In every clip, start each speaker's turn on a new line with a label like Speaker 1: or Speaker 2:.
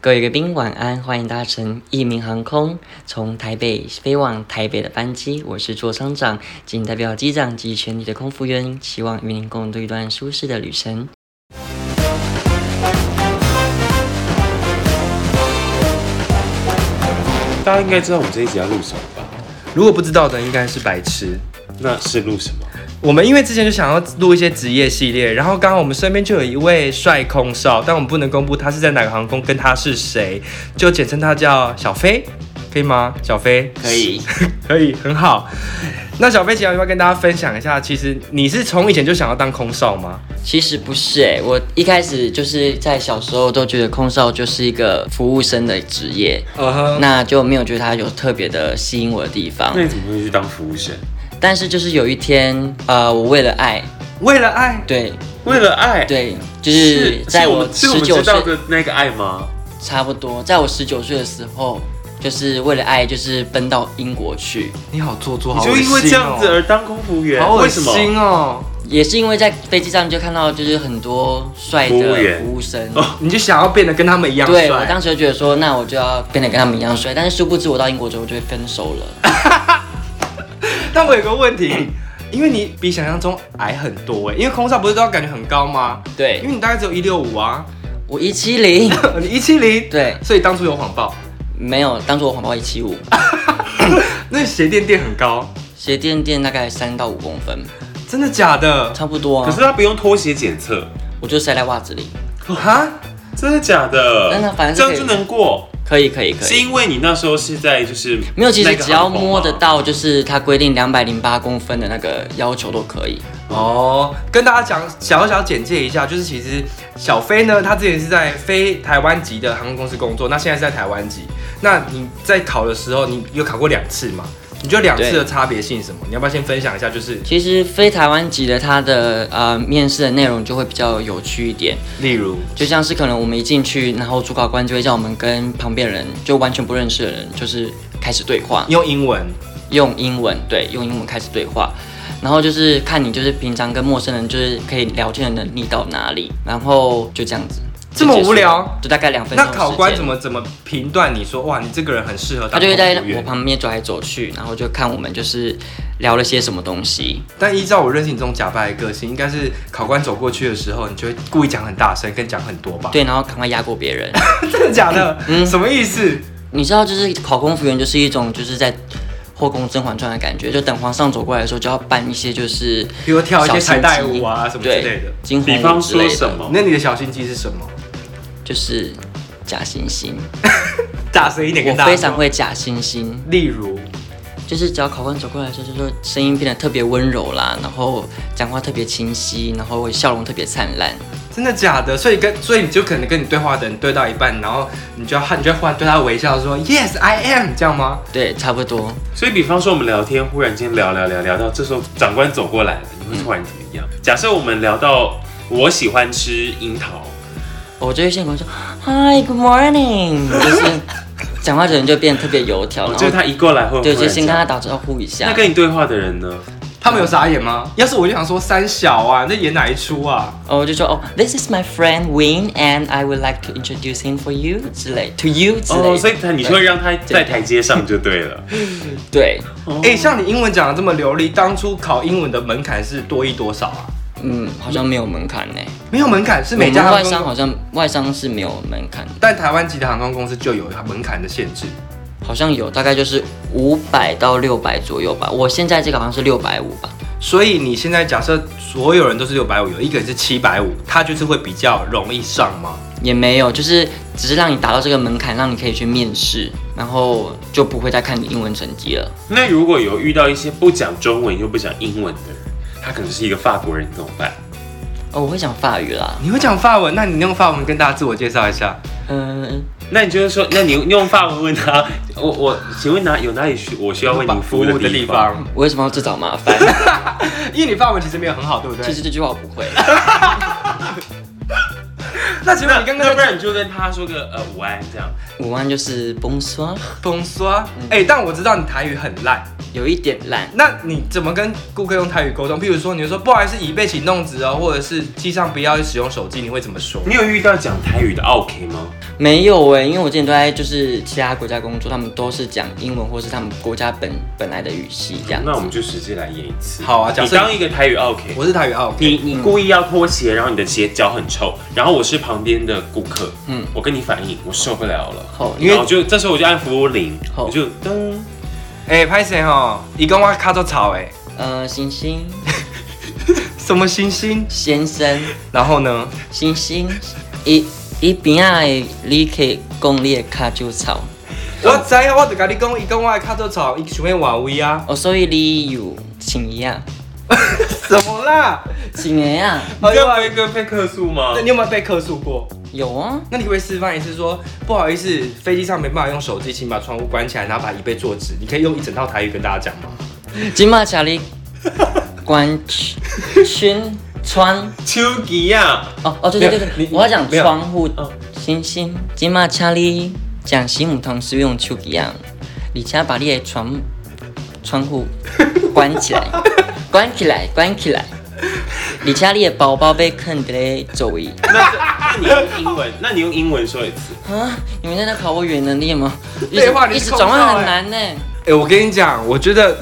Speaker 1: 各位贵宾，晚安！欢迎搭乘一民航空从台北飞往台北的班机，我是座商长，仅代表机长及全体的空服员，希望与您共度一段舒适的旅程。
Speaker 2: 大家应该知道我们这一集要录什么吧？
Speaker 3: 如果不知道的，应该是白痴。
Speaker 2: 那是录什
Speaker 1: 嗯
Speaker 2: 么？
Speaker 3: 我们因为之前就想要录一些职业系列，然后刚好我们身边就有一位帅空少，但我们不能公布他是在哪个航空，跟他是谁，就简称他叫小飞，可以吗？小飞
Speaker 1: 可以，
Speaker 3: 可以，很好。那小飞姐要不要跟大家分享一下？其实你是从以前就想要当空少吗？
Speaker 1: 其实不是诶、我一开始就是在小时候都觉得空少就是一个服务生的职业，
Speaker 3: 嗯哼，
Speaker 1: 那就没有觉得它有特别的吸引我的地方
Speaker 2: 那。你怎么会去当服务生？
Speaker 1: 但是就是有一天，呃，我为了爱，
Speaker 3: 为了爱，
Speaker 1: 对
Speaker 2: 为了爱，，
Speaker 1: 对，就是在我
Speaker 2: 是我
Speaker 1: 十
Speaker 2: 们
Speaker 1: 九
Speaker 2: 知道
Speaker 1: 岁
Speaker 2: 的那个爱吗？
Speaker 1: 差不多，在我十九岁的时候，就是为了爱，就是奔到英国去，
Speaker 3: 你好做作，
Speaker 2: 你
Speaker 3: 好
Speaker 2: 就
Speaker 3: 恶
Speaker 2: 因为这
Speaker 3: 心
Speaker 2: 样子
Speaker 3: 哦，
Speaker 2: 而当空服员？
Speaker 3: 好恶
Speaker 2: 为什么？
Speaker 3: 心哦，
Speaker 1: 也是因为在飞机上就看到就是很多帅
Speaker 2: 服务
Speaker 1: 的
Speaker 2: 员哦
Speaker 1: 服务生。
Speaker 3: 你就想要变得跟他们一样
Speaker 1: 对，我
Speaker 3: 帅。
Speaker 1: 当时就觉得说，那我就要变得跟他们一样帅，但是殊不知我到英国之后我就会分手了。
Speaker 3: 但我有个问题，因为你比想象中矮很多哎，因为空少不是都要感觉很高吗？因
Speaker 1: 对，
Speaker 3: 为你大概只有一六五啊，
Speaker 1: 我一七零，
Speaker 3: 你一七零，
Speaker 1: 对，
Speaker 3: 所以当初有谎报。
Speaker 1: 没有，当初我谎报一七五，
Speaker 3: 那鞋垫垫很高，
Speaker 1: 鞋垫垫大概三到五公分，
Speaker 3: 真的假 的？
Speaker 1: 差不多
Speaker 2: 可是
Speaker 1: 啊。
Speaker 2: 他不用拖鞋检测，
Speaker 1: 我就塞在袜子里，
Speaker 3: 哈，
Speaker 2: 真的假的？
Speaker 1: 真的反正是
Speaker 2: 这
Speaker 1: 可
Speaker 2: 样
Speaker 1: 以
Speaker 2: 就能过，
Speaker 1: 可以可以可
Speaker 2: 是
Speaker 1: 以。
Speaker 2: 因为你那时候是在就是
Speaker 1: 没有，其实只要摸得
Speaker 2: 的，
Speaker 1: 到，就是它规定两百零八公分的那个要求都可以。
Speaker 3: 哦，跟大家讲小小简介一下，就是其实小飞呢，他之前是在飞台湾籍的航空公司工作，那现在是在台湾籍。那你在考的时候，你有考过两次吗？你觉得两次的差别性是什么？你要不要先分享一下？就是
Speaker 1: 其实非台湾籍的，它的呃面试的内容就会比较有趣一点，
Speaker 3: 例如，
Speaker 1: 就像是可能我们一进去，然后主考官就会叫我们跟旁边人，就完全不认识的人，就是开始对话，
Speaker 3: 用英文，
Speaker 1: 用英文，对，用英文开始对话，然后就是看你就是平常跟陌生人就是可以聊天的能力到哪里，然后就这样子，
Speaker 3: 这么
Speaker 1: 就结束
Speaker 3: 无聊，
Speaker 1: 就大概两分钟。
Speaker 3: 那考官怎？么怎么评断你说哇，你这个人很适合
Speaker 1: 他
Speaker 3: 当
Speaker 1: 就会
Speaker 3: 空
Speaker 1: 在
Speaker 3: 服
Speaker 1: 我
Speaker 3: 员？
Speaker 1: 旁边走来走去，然后就看我们就是聊了些什么东西。
Speaker 3: 但依照我认识你这种假扮的个性，应该是考官走过去的时候，你就会故意讲很大声，跟讲很多吧？
Speaker 1: 对，嗯然后赶快压过别人。
Speaker 3: 真的假的？什么意思？
Speaker 1: 你知道，就是考公务员就是一种就是在后宫《甄嬛传》的感觉，就等皇上走过来的时候，就要办一些就是
Speaker 3: 比如跳一
Speaker 1: 小
Speaker 3: 些
Speaker 1: 心
Speaker 3: 彩带
Speaker 1: 机
Speaker 3: 舞啊什么之
Speaker 1: 对
Speaker 3: 类的。
Speaker 1: 惊鸿
Speaker 2: 比方
Speaker 1: 舞之类
Speaker 2: 说
Speaker 1: 的
Speaker 2: 什，么？
Speaker 3: 那你的小心机是什么？
Speaker 1: 就是假惺惺。
Speaker 3: 大声一点跟
Speaker 1: 我
Speaker 3: 大家
Speaker 1: 非
Speaker 3: 说。
Speaker 1: 常会假惺惺，
Speaker 3: 例如，
Speaker 1: 就是只要考官走过来的时候，就说声音变得特别温柔啦，然后讲话特别清晰，然后笑容特别灿烂。
Speaker 3: 真的假的？所以跟所以你就可能跟你对话的人对到一半，然后你就要你就要忽然对他微笑说 Yes I am 这样吗？
Speaker 1: 对，差不多。
Speaker 2: 所以，比方说我们聊天，忽然间聊聊聊聊到这时候长官走过来了，你会突然怎么样？
Speaker 1: 嗯
Speaker 2: 假设我们聊到我喜欢吃樱桃，
Speaker 1: 我就会先跟我说 Hi, Good morning，就是讲话的人就变得特别油条，
Speaker 2: 哦，
Speaker 1: 然
Speaker 2: 就是
Speaker 1: 后
Speaker 2: 他一过来会
Speaker 1: 对，
Speaker 2: 忽
Speaker 1: 就
Speaker 2: 然
Speaker 1: 先
Speaker 2: 间
Speaker 1: 跟他打招呼一
Speaker 2: 那
Speaker 1: 下。
Speaker 2: 跟你对话的人呢？
Speaker 3: 他们有傻眼
Speaker 1: 嗯
Speaker 3: 吗？要是我就想说三小啊，那演哪一出啊？
Speaker 1: 哦，我就说哦，This is my friend Win, and I would like to introduce him for you 之类，to you 之类的。
Speaker 2: 哦，所以他你就会让他在台阶上就对了。
Speaker 1: 对，
Speaker 2: 哦
Speaker 3: 哎、像你英文讲的这么流利，当初考英文的门槛是多一多少啊？
Speaker 1: 嗯，好像没有门槛呢。
Speaker 3: 没有门槛，是
Speaker 1: 我
Speaker 3: 每
Speaker 1: 们
Speaker 3: 家航
Speaker 1: 外
Speaker 3: 空
Speaker 1: 商啊
Speaker 3: 公
Speaker 1: 好
Speaker 3: 司，
Speaker 1: 像外商是没有门槛，
Speaker 3: 但台湾籍的航空公司就有门槛的限制。
Speaker 1: 好像有大概就是五百到六百左右吧。我现在这个好像是六百五吧。
Speaker 3: 所以你现在假设所有人都是六百五，有一个人是七百五，他就是会比较容易上吗？
Speaker 1: 也没有，就是只是让你达到这个门槛，让你可以去面试，然后就不会再看你英文成绩了。
Speaker 2: 那如果有遇到一些不讲中文又不讲英文的人，他可能是一个法国人，怎么办？
Speaker 1: 哦，我会讲法语啦。
Speaker 3: 你会讲法文，那你用法文跟大家自我介绍一下。
Speaker 1: 嗯，
Speaker 2: 那你就是说，那你你用法文问他，我我请问哪有哪里需我需要为您服务的地方？，
Speaker 1: 我为什么要自找麻烦？
Speaker 3: 因为你法文其实没有很好，对不对？
Speaker 1: 其实这句话我不会。
Speaker 3: 那请问
Speaker 2: 那
Speaker 3: 你刚
Speaker 2: 那
Speaker 3: 刚
Speaker 2: 不然你就跟他说个呃午安这样，
Speaker 1: 五万就是崩刷，
Speaker 3: 崩刷？哎，但我知道你台语很烂，
Speaker 1: 有一点烂。
Speaker 3: 那你怎么跟顾客用台语沟通？譬如说，你就说不好意思，椅背请弄直哦，或者是机上不要使用手机，你会怎么说？
Speaker 2: 你有遇到讲台语的 OK 吗？
Speaker 1: 没有哎、因为我之前都在就是其他国家工作，他们都是讲英文或是他们国家本本来的语系这样子。
Speaker 2: 那我们就实际来演一次。
Speaker 3: 好啊假
Speaker 2: 你
Speaker 3: 设
Speaker 2: 当一个台语 OK，
Speaker 3: 我是台语 OK，
Speaker 2: 你你故意要脱鞋，然后你的鞋脚很臭，然后我是旁边的顾客，嗯
Speaker 1: 嗯，
Speaker 2: 我跟你反映，我受不了了。
Speaker 1: 好，因
Speaker 2: 然
Speaker 1: 为
Speaker 2: 后就这时候我就按服务铃，
Speaker 1: 好
Speaker 2: 我就噔，
Speaker 3: 哎，拍谁哦？一跟我卡到草哎，
Speaker 1: 呃，星星
Speaker 3: 什么星星？
Speaker 1: 先生，
Speaker 3: 然后呢？
Speaker 1: 星星，一一边啊，你可以攻略卡就草，
Speaker 3: 我知啊，我就跟你讲，伊讲我卡到草，伊想要换位啊？
Speaker 1: 哦，所以你有请一样，
Speaker 3: 什么啦？哎
Speaker 1: 请一样，
Speaker 2: 你这样不会跟被客诉吗
Speaker 3: 那？你有没有被客诉过？
Speaker 1: 有啊，
Speaker 3: 那你可不可以示范一次说，不好意思，飞机上没办法用手机，请把窗户关起来，然后把椅背坐直。你可以用一整套台语跟大家讲吗？
Speaker 1: 今嘛家里关 熏窗，
Speaker 2: 丘吉亚，
Speaker 1: 哦哦，对对对
Speaker 3: 没
Speaker 1: 对
Speaker 3: 有，你
Speaker 1: 我要讲
Speaker 3: 没有嗯
Speaker 1: 窗户
Speaker 2: 哦，
Speaker 1: 星星，今嘛家里讲新母同使用手机啊，而且把你的窗窗户关起来，关起来，关起来，而且你的包包被坑伫咧周围。
Speaker 2: 那你用英文，那你用英文说一次。
Speaker 1: 啊！你们在那考我语言能力吗？一
Speaker 3: 废话
Speaker 1: 直
Speaker 3: 你
Speaker 1: 一
Speaker 3: 是
Speaker 1: 直
Speaker 3: 空
Speaker 1: 转
Speaker 3: 少
Speaker 1: 换很
Speaker 3: 欸
Speaker 1: 难呢、
Speaker 3: 哎、我跟你讲，我觉得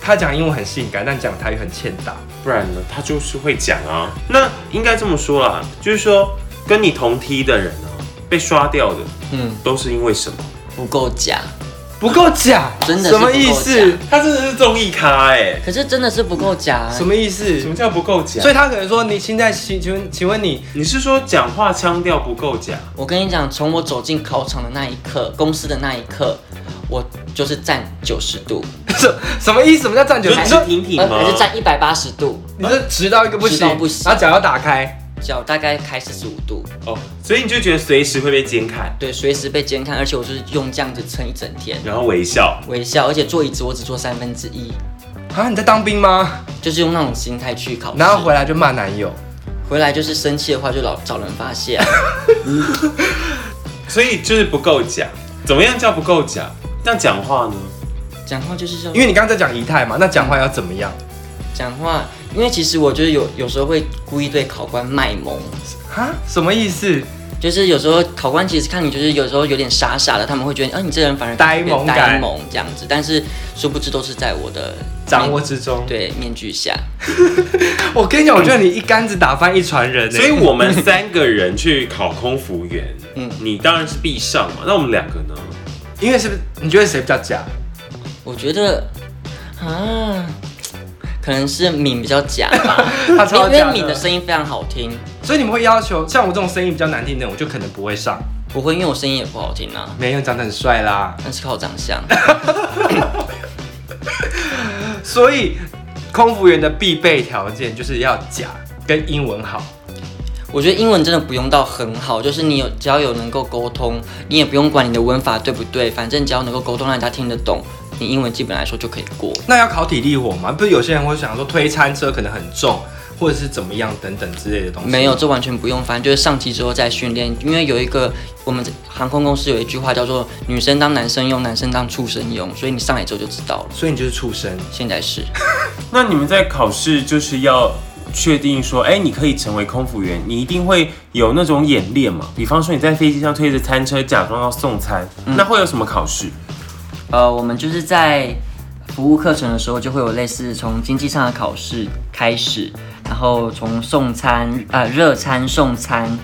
Speaker 3: 他讲英文很性感，但讲台语很欠打。
Speaker 2: 不然呢，他就是会讲啊。那应该这么说啦，就是说跟你同梯的人啊，被刷掉的
Speaker 1: 嗯，
Speaker 2: 都是因为什么？
Speaker 1: 不够假，
Speaker 3: 不够假，
Speaker 1: 真的是
Speaker 3: 什么意
Speaker 1: 不
Speaker 3: 思
Speaker 1: 够？
Speaker 2: 他真的是综艺咖哎、
Speaker 1: 可是真的是不够假、啊。
Speaker 3: 什么意
Speaker 2: 什
Speaker 3: 思
Speaker 2: 么？叫不够假？
Speaker 3: 所以他可能说，你现在请请问，请问你
Speaker 2: 你是说讲话腔调不够假？
Speaker 1: 我跟你讲，从我走进考场的那一刻，公司的那一刻，我就是站九十度，
Speaker 3: 什什么意思？什么叫站
Speaker 2: 就
Speaker 3: 久？你
Speaker 2: 你是
Speaker 3: 说
Speaker 2: 婷婷
Speaker 1: 呃，
Speaker 2: 吗？
Speaker 1: 还是站一百八十度，
Speaker 3: 你是直到一个不
Speaker 1: 直到
Speaker 3: 行，
Speaker 1: 不行
Speaker 3: 然后脚要打开，
Speaker 1: 脚大概开四十五度，
Speaker 2: 哦，所以你就觉得随时会被监看，
Speaker 1: 对，随时被监看，而且我就是用这样子撑一整天，
Speaker 2: 然后微笑。
Speaker 1: 微笑，而且坐椅子我只坐三分之一，
Speaker 3: 啊，你在当兵吗？
Speaker 1: 就是用那种心态去考试。
Speaker 3: 然后回来就骂男友，
Speaker 1: 回来就是生气的话，就老找人发泄、啊。
Speaker 2: 所以就是不够假。怎么样叫不够假？那讲话呢？
Speaker 1: 讲话就是这样
Speaker 3: 因。为你刚刚在讲仪态嘛，那讲话要怎么
Speaker 1: 嗯
Speaker 3: 样？
Speaker 1: 讲话，因为其实我就是有有时候会故意对考官卖萌，
Speaker 3: 啊，什么意思？
Speaker 1: 就是有时候考官其实看你就是有时候有点傻傻的，他们会觉得，啊，你这人反而
Speaker 3: 呆萌感
Speaker 1: 呆萌这样子，但是殊不知都是在我的
Speaker 3: 掌握
Speaker 1: 面
Speaker 3: 之中。
Speaker 1: 对面具下，
Speaker 3: 我跟你讲，我觉得你一竿子打翻一船人、欸。
Speaker 2: 所以我们三个人去考空服员， 嗯
Speaker 1: 嗯，
Speaker 2: 你当然是必上嘛。那我们两个呢？
Speaker 3: 因为是不是？你觉得谁比较 假？
Speaker 1: 我觉得啊，可能是敏比较假吧，
Speaker 3: 他
Speaker 1: 因
Speaker 3: 超
Speaker 1: 为因
Speaker 3: 假
Speaker 1: 为敏的声音非常好听，
Speaker 3: 所以你们会要求像我这种声音比较难听的，我就可能不会上。
Speaker 1: 不会，因为我声音也不好听啊，
Speaker 3: 没有长得很帅啦，
Speaker 1: 但是靠长相，
Speaker 3: 所以空服员的必备条件就是要假跟英文好。
Speaker 1: 我觉得英文真的不用到很好，就是你有只要有能够沟通，你也不用管你的文法对不对，反正只要能够沟通，让人家听得懂，你英文基本来说就可以过。
Speaker 3: 那要考体力活吗？不是有些人会想说推餐车可能很重，或者是怎么样等等之类的东西。
Speaker 1: 没有，这完全不用，反正就是上机之后再训练，因为有一个我们航空公司有一句话叫做“女生当男生用，男生当畜生用”，所以你上来之后就知道了。
Speaker 3: 所以你就是畜生。
Speaker 1: 现在是，
Speaker 2: 那你们在考试就是要确定说，哎、你可以成为空服员，你一定会有那种演练嘛？比方说你在飞机上推着餐车假装要送餐，那会有什么考试？
Speaker 1: 呃，我们就是在服务课程的时候就会有类似从经济上的考试开始，然后从送餐呃热餐送餐，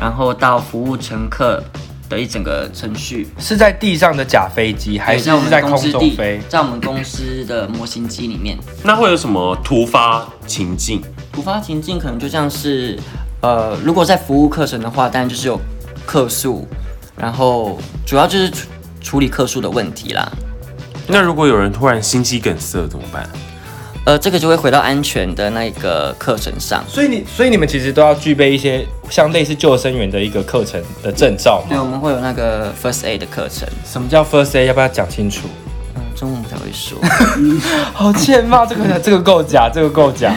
Speaker 1: 然后到服务乘客的一整个程序，
Speaker 3: 是在地上的假飞机，还是
Speaker 1: 在我们
Speaker 3: 在
Speaker 1: 公
Speaker 3: 空
Speaker 1: 司
Speaker 3: 中
Speaker 1: 地
Speaker 3: 飞？，
Speaker 1: 在我们公司的模型机里面，
Speaker 2: 那会有什么突发情境？
Speaker 1: 突发情境可能就像是呃，如果在服务课程的话，当然就是有客诉，然后主要就是处处理客诉的问题啦。
Speaker 2: 那如果有人突然心肌梗塞怎么办？
Speaker 1: 呃，这个就会回到安全的那个课程上。
Speaker 3: 所以你，所以你们其实都要具备一些像类似救生员的一个课程的证照
Speaker 1: 对，
Speaker 3: 吗？
Speaker 1: 我们会有那个 first aid 的课程，
Speaker 3: 什么叫 first aid？要不要讲清楚？
Speaker 1: 嗯，中文才会说。
Speaker 3: 好欠骂，这个这个够假，这个够 假。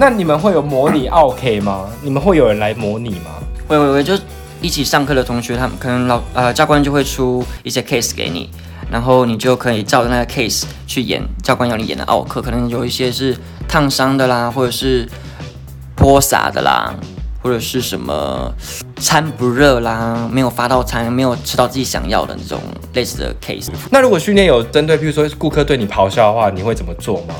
Speaker 3: 那你们会有模拟 OK 吗？你们会有人来模拟吗？
Speaker 1: 喂喂喂，就一起上课的同学，他们可能老呃教官就会出一些 case 给你，然后你就可以照着那个 case 去演教官要你演的奥克，可能有一些是烫伤的啦，或者是泼洒的啦，或者是什么餐不热啦，没有发到餐，没有吃到自己想要的那种类似的 case。
Speaker 3: 那如果训练有针对，譬如说顾客对你咆哮的话，你会怎么做吗？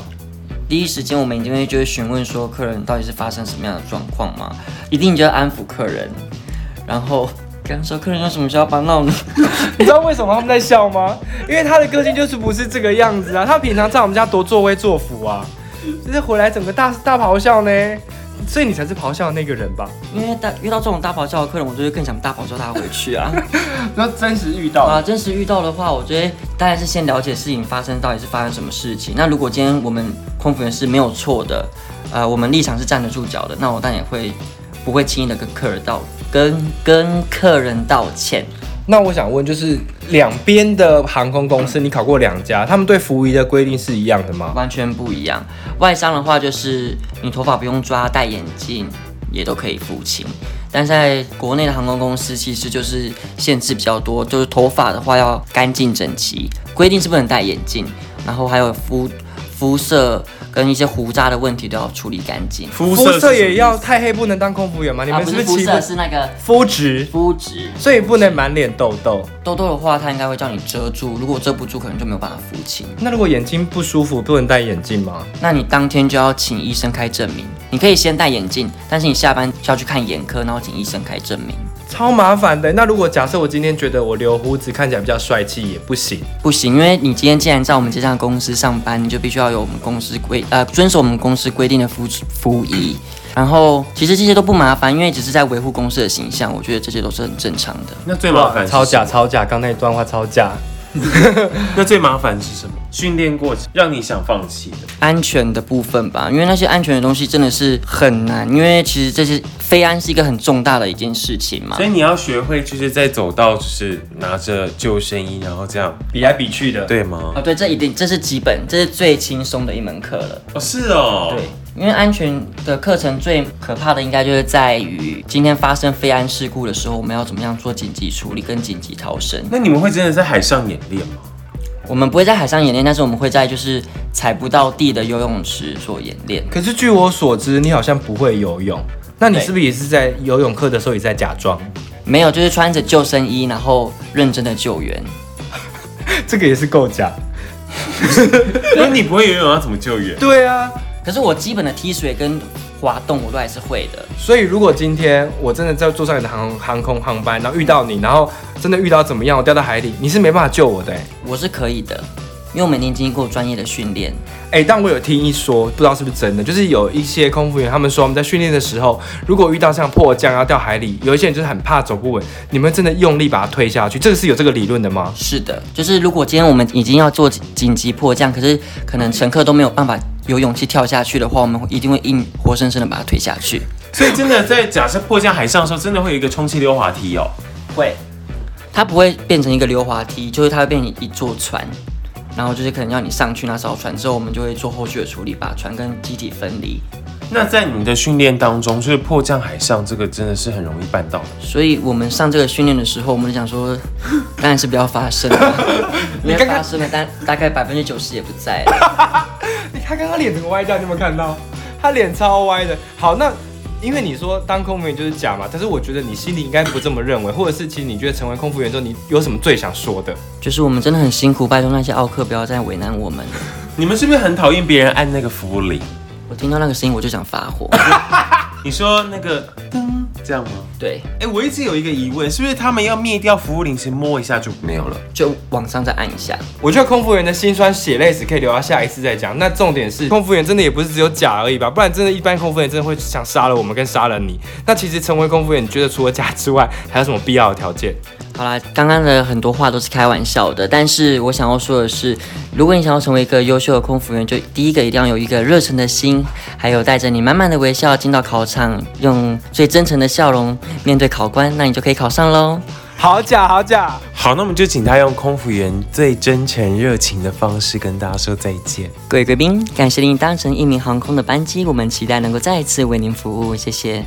Speaker 1: 第一时间，我们一定会就会询问说，客人到底是发生什么样的状况嘛？一定就要安抚客人，然后跟他说客人有什么需要帮到你。
Speaker 3: 你知道为什么他们在笑吗？因为他的个性就是不是这个样子啊。他平常在我们家多作威作福啊，就是回来整个大大咆哮呢。所以你才是咆哮的那个人吧？
Speaker 1: 因为大遇到这种大咆哮的客人，我就会更想大咆哮他回去啊。
Speaker 2: 那真实遇到
Speaker 1: 啊，真实遇到的话，我觉得当然是先了解事情发生到底是发生什么事情。那如果今天我们空服员是没有错的，呃，我们立场是站得住脚的，那我当然也会不会轻易的跟客人道跟跟客人道歉。
Speaker 3: 那我想问，就是两边的航空公司，你考过两家，他们对服仪的规定是一样的吗？
Speaker 1: 完全不一样。外伤的话就是你头发不用抓，戴眼镜也都可以付清。但在国内的航空公司其实就是限制比较多，就是头发的话要干净整齐，规定是不能戴眼镜，然后还有肤肤色跟一些胡渣的问题都要处理干净。
Speaker 2: 肤
Speaker 3: 肤
Speaker 2: 色
Speaker 3: 色
Speaker 2: 是什么
Speaker 3: 也要太黑不能当空服员吗？你
Speaker 1: 啊，
Speaker 3: 们
Speaker 1: 不
Speaker 3: 是
Speaker 1: 是肤
Speaker 3: 欺负
Speaker 1: 色，是那个
Speaker 3: 肤质？
Speaker 1: 肤质。
Speaker 3: 所以不能满脸痘痘。
Speaker 1: 痘痘的话，它应该会叫你遮住，如果遮不住，可能就没有办法付清。
Speaker 3: 那如果眼睛不舒服，不能戴眼镜吗？
Speaker 1: 那你当天就要请医生开证明。你可以先戴眼镜，但是你下班就要去看眼科，然后请医生开证明。
Speaker 3: 超麻烦的。那如果假设我今天觉得我留胡子看起来比较帅气，也不行。
Speaker 1: 不行，因为你今天既然在我们这家公司上班，你就必须要有我们公司规呃遵守我们公司规定的服服仪。然后其实这些都不麻烦，因为只是在维护公司的形象，我觉得这些都是很正常的。
Speaker 2: 那最麻烦是
Speaker 3: 超
Speaker 2: 什么
Speaker 3: 假超假，刚那一段话超假。
Speaker 2: 那最麻烦是什么？训练过程让你想放弃的，
Speaker 1: 安全的部分吧，因为那些安全的东西真的是很难，因为其实这些飞安是一个很重大的一件事情嘛
Speaker 2: 所。以你要学会就是在走道就是拿着救生衣，然后这样，
Speaker 3: 比来比去的，
Speaker 2: 对吗？
Speaker 1: 哦，对，这一定这是基本，这是最轻松的一门课了。
Speaker 2: 哦，是哦，
Speaker 1: 对，，因为安全的课程最可怕的应该就是在于今天发生飞安事故的时候，我们要怎么样做紧急处理跟紧急逃生。
Speaker 2: 那你们会真的在海上演练吗？
Speaker 1: 我们不会在海上演练，但是我们会在就是踩不到地的游泳池做演练。
Speaker 3: 可是据我所知，你好像不会游泳。那你是不是也是在游泳课的时候也在假装？
Speaker 1: 没有，就是穿着救生衣，然后认真的救援。
Speaker 3: 这个也是够假。
Speaker 2: 那你不会游泳要怎么救援？
Speaker 3: 对啊，
Speaker 1: 可是我基本的踢水跟滑动我都还是会的。
Speaker 3: 所以如果今天我真的在坐上你的航航空航班，然后遇到你，然后真的遇到怎么样，我掉到海里，你是没办法救我的、欸。
Speaker 1: 我是可以的，因为我们已经经过专业的训练。
Speaker 3: 哎、但我有听一说，不知道是不是真的，就是有一些空服员，他们说我们在训练的时候，如果遇到像迫降啊要掉海里，有一些人就是很怕走不稳，你们真的用力把他推下去，这个是有这个理论的吗？
Speaker 1: 是的，就是如果今天我们已经要做紧紧急迫降，可是可能乘客都没有办法有勇气跳下去的话，我们一定会硬活生生的把它推下去。
Speaker 2: 所以真的在假设迫降海上的时候，真的会有一个充气溜滑梯哦。
Speaker 1: 会，它不会变成一个溜滑梯，就是它会变成一座船，然后就是可能要你上去那艘船之后，我们就会做后续的处理，把船跟机体分离。
Speaker 2: 那在你们的训练当中，就是迫降海上这个真的是很容易办到的。
Speaker 1: 所以我们上这个训练的时候，我们就想说，当然是不要发生了，因为发生了，但大概百分之九十也不在了。
Speaker 3: 你哎看刚刚脸怎么歪掉，你有没有看到？他脸超歪的。好，那因为你说当空服员就是假嘛，但是我觉得你心里应该不这么认为，或者是其实你觉得成为空服员之后，你有什么最想说的？
Speaker 1: 就是我们真的很辛苦，拜托那些奥克不要再为难我们了。
Speaker 2: 你们是不是很讨厌别人按那个服务铃？
Speaker 1: 我听到那个声音我就想发火。
Speaker 2: 你说那个噔这样吗？
Speaker 1: 对，
Speaker 2: 哎、我一直有一个疑问，是不是他们要灭掉服务铃，先摸一下就没有了？
Speaker 1: 就往上再按一下。
Speaker 3: 我觉得空服员的辛酸血泪史可以留到下一次再讲。那重点是，空服员真的也不是只有假而已吧？不然真的，一般空服员真的会想杀了我们，跟杀了你。那其实成为空服员，你觉得除了假之外，还有什么必要的条件？
Speaker 1: 好啦，刚刚的很多话都是开玩笑的，但是我想要说的是，如果你想要成为一个优秀的空服员，就第一个一定要有一个热忱的心，还有带着你满满的微笑进到考场，用最真诚的笑容面对考官，那你就可以考上喽。
Speaker 3: 好假，好假！
Speaker 2: 好，那我们就请他用空服员最真诚热情的方式跟大家说再见。
Speaker 1: 各位贵宾，感谢您搭乘一名航空的班机，我们期待能够再一次为您服务，谢谢。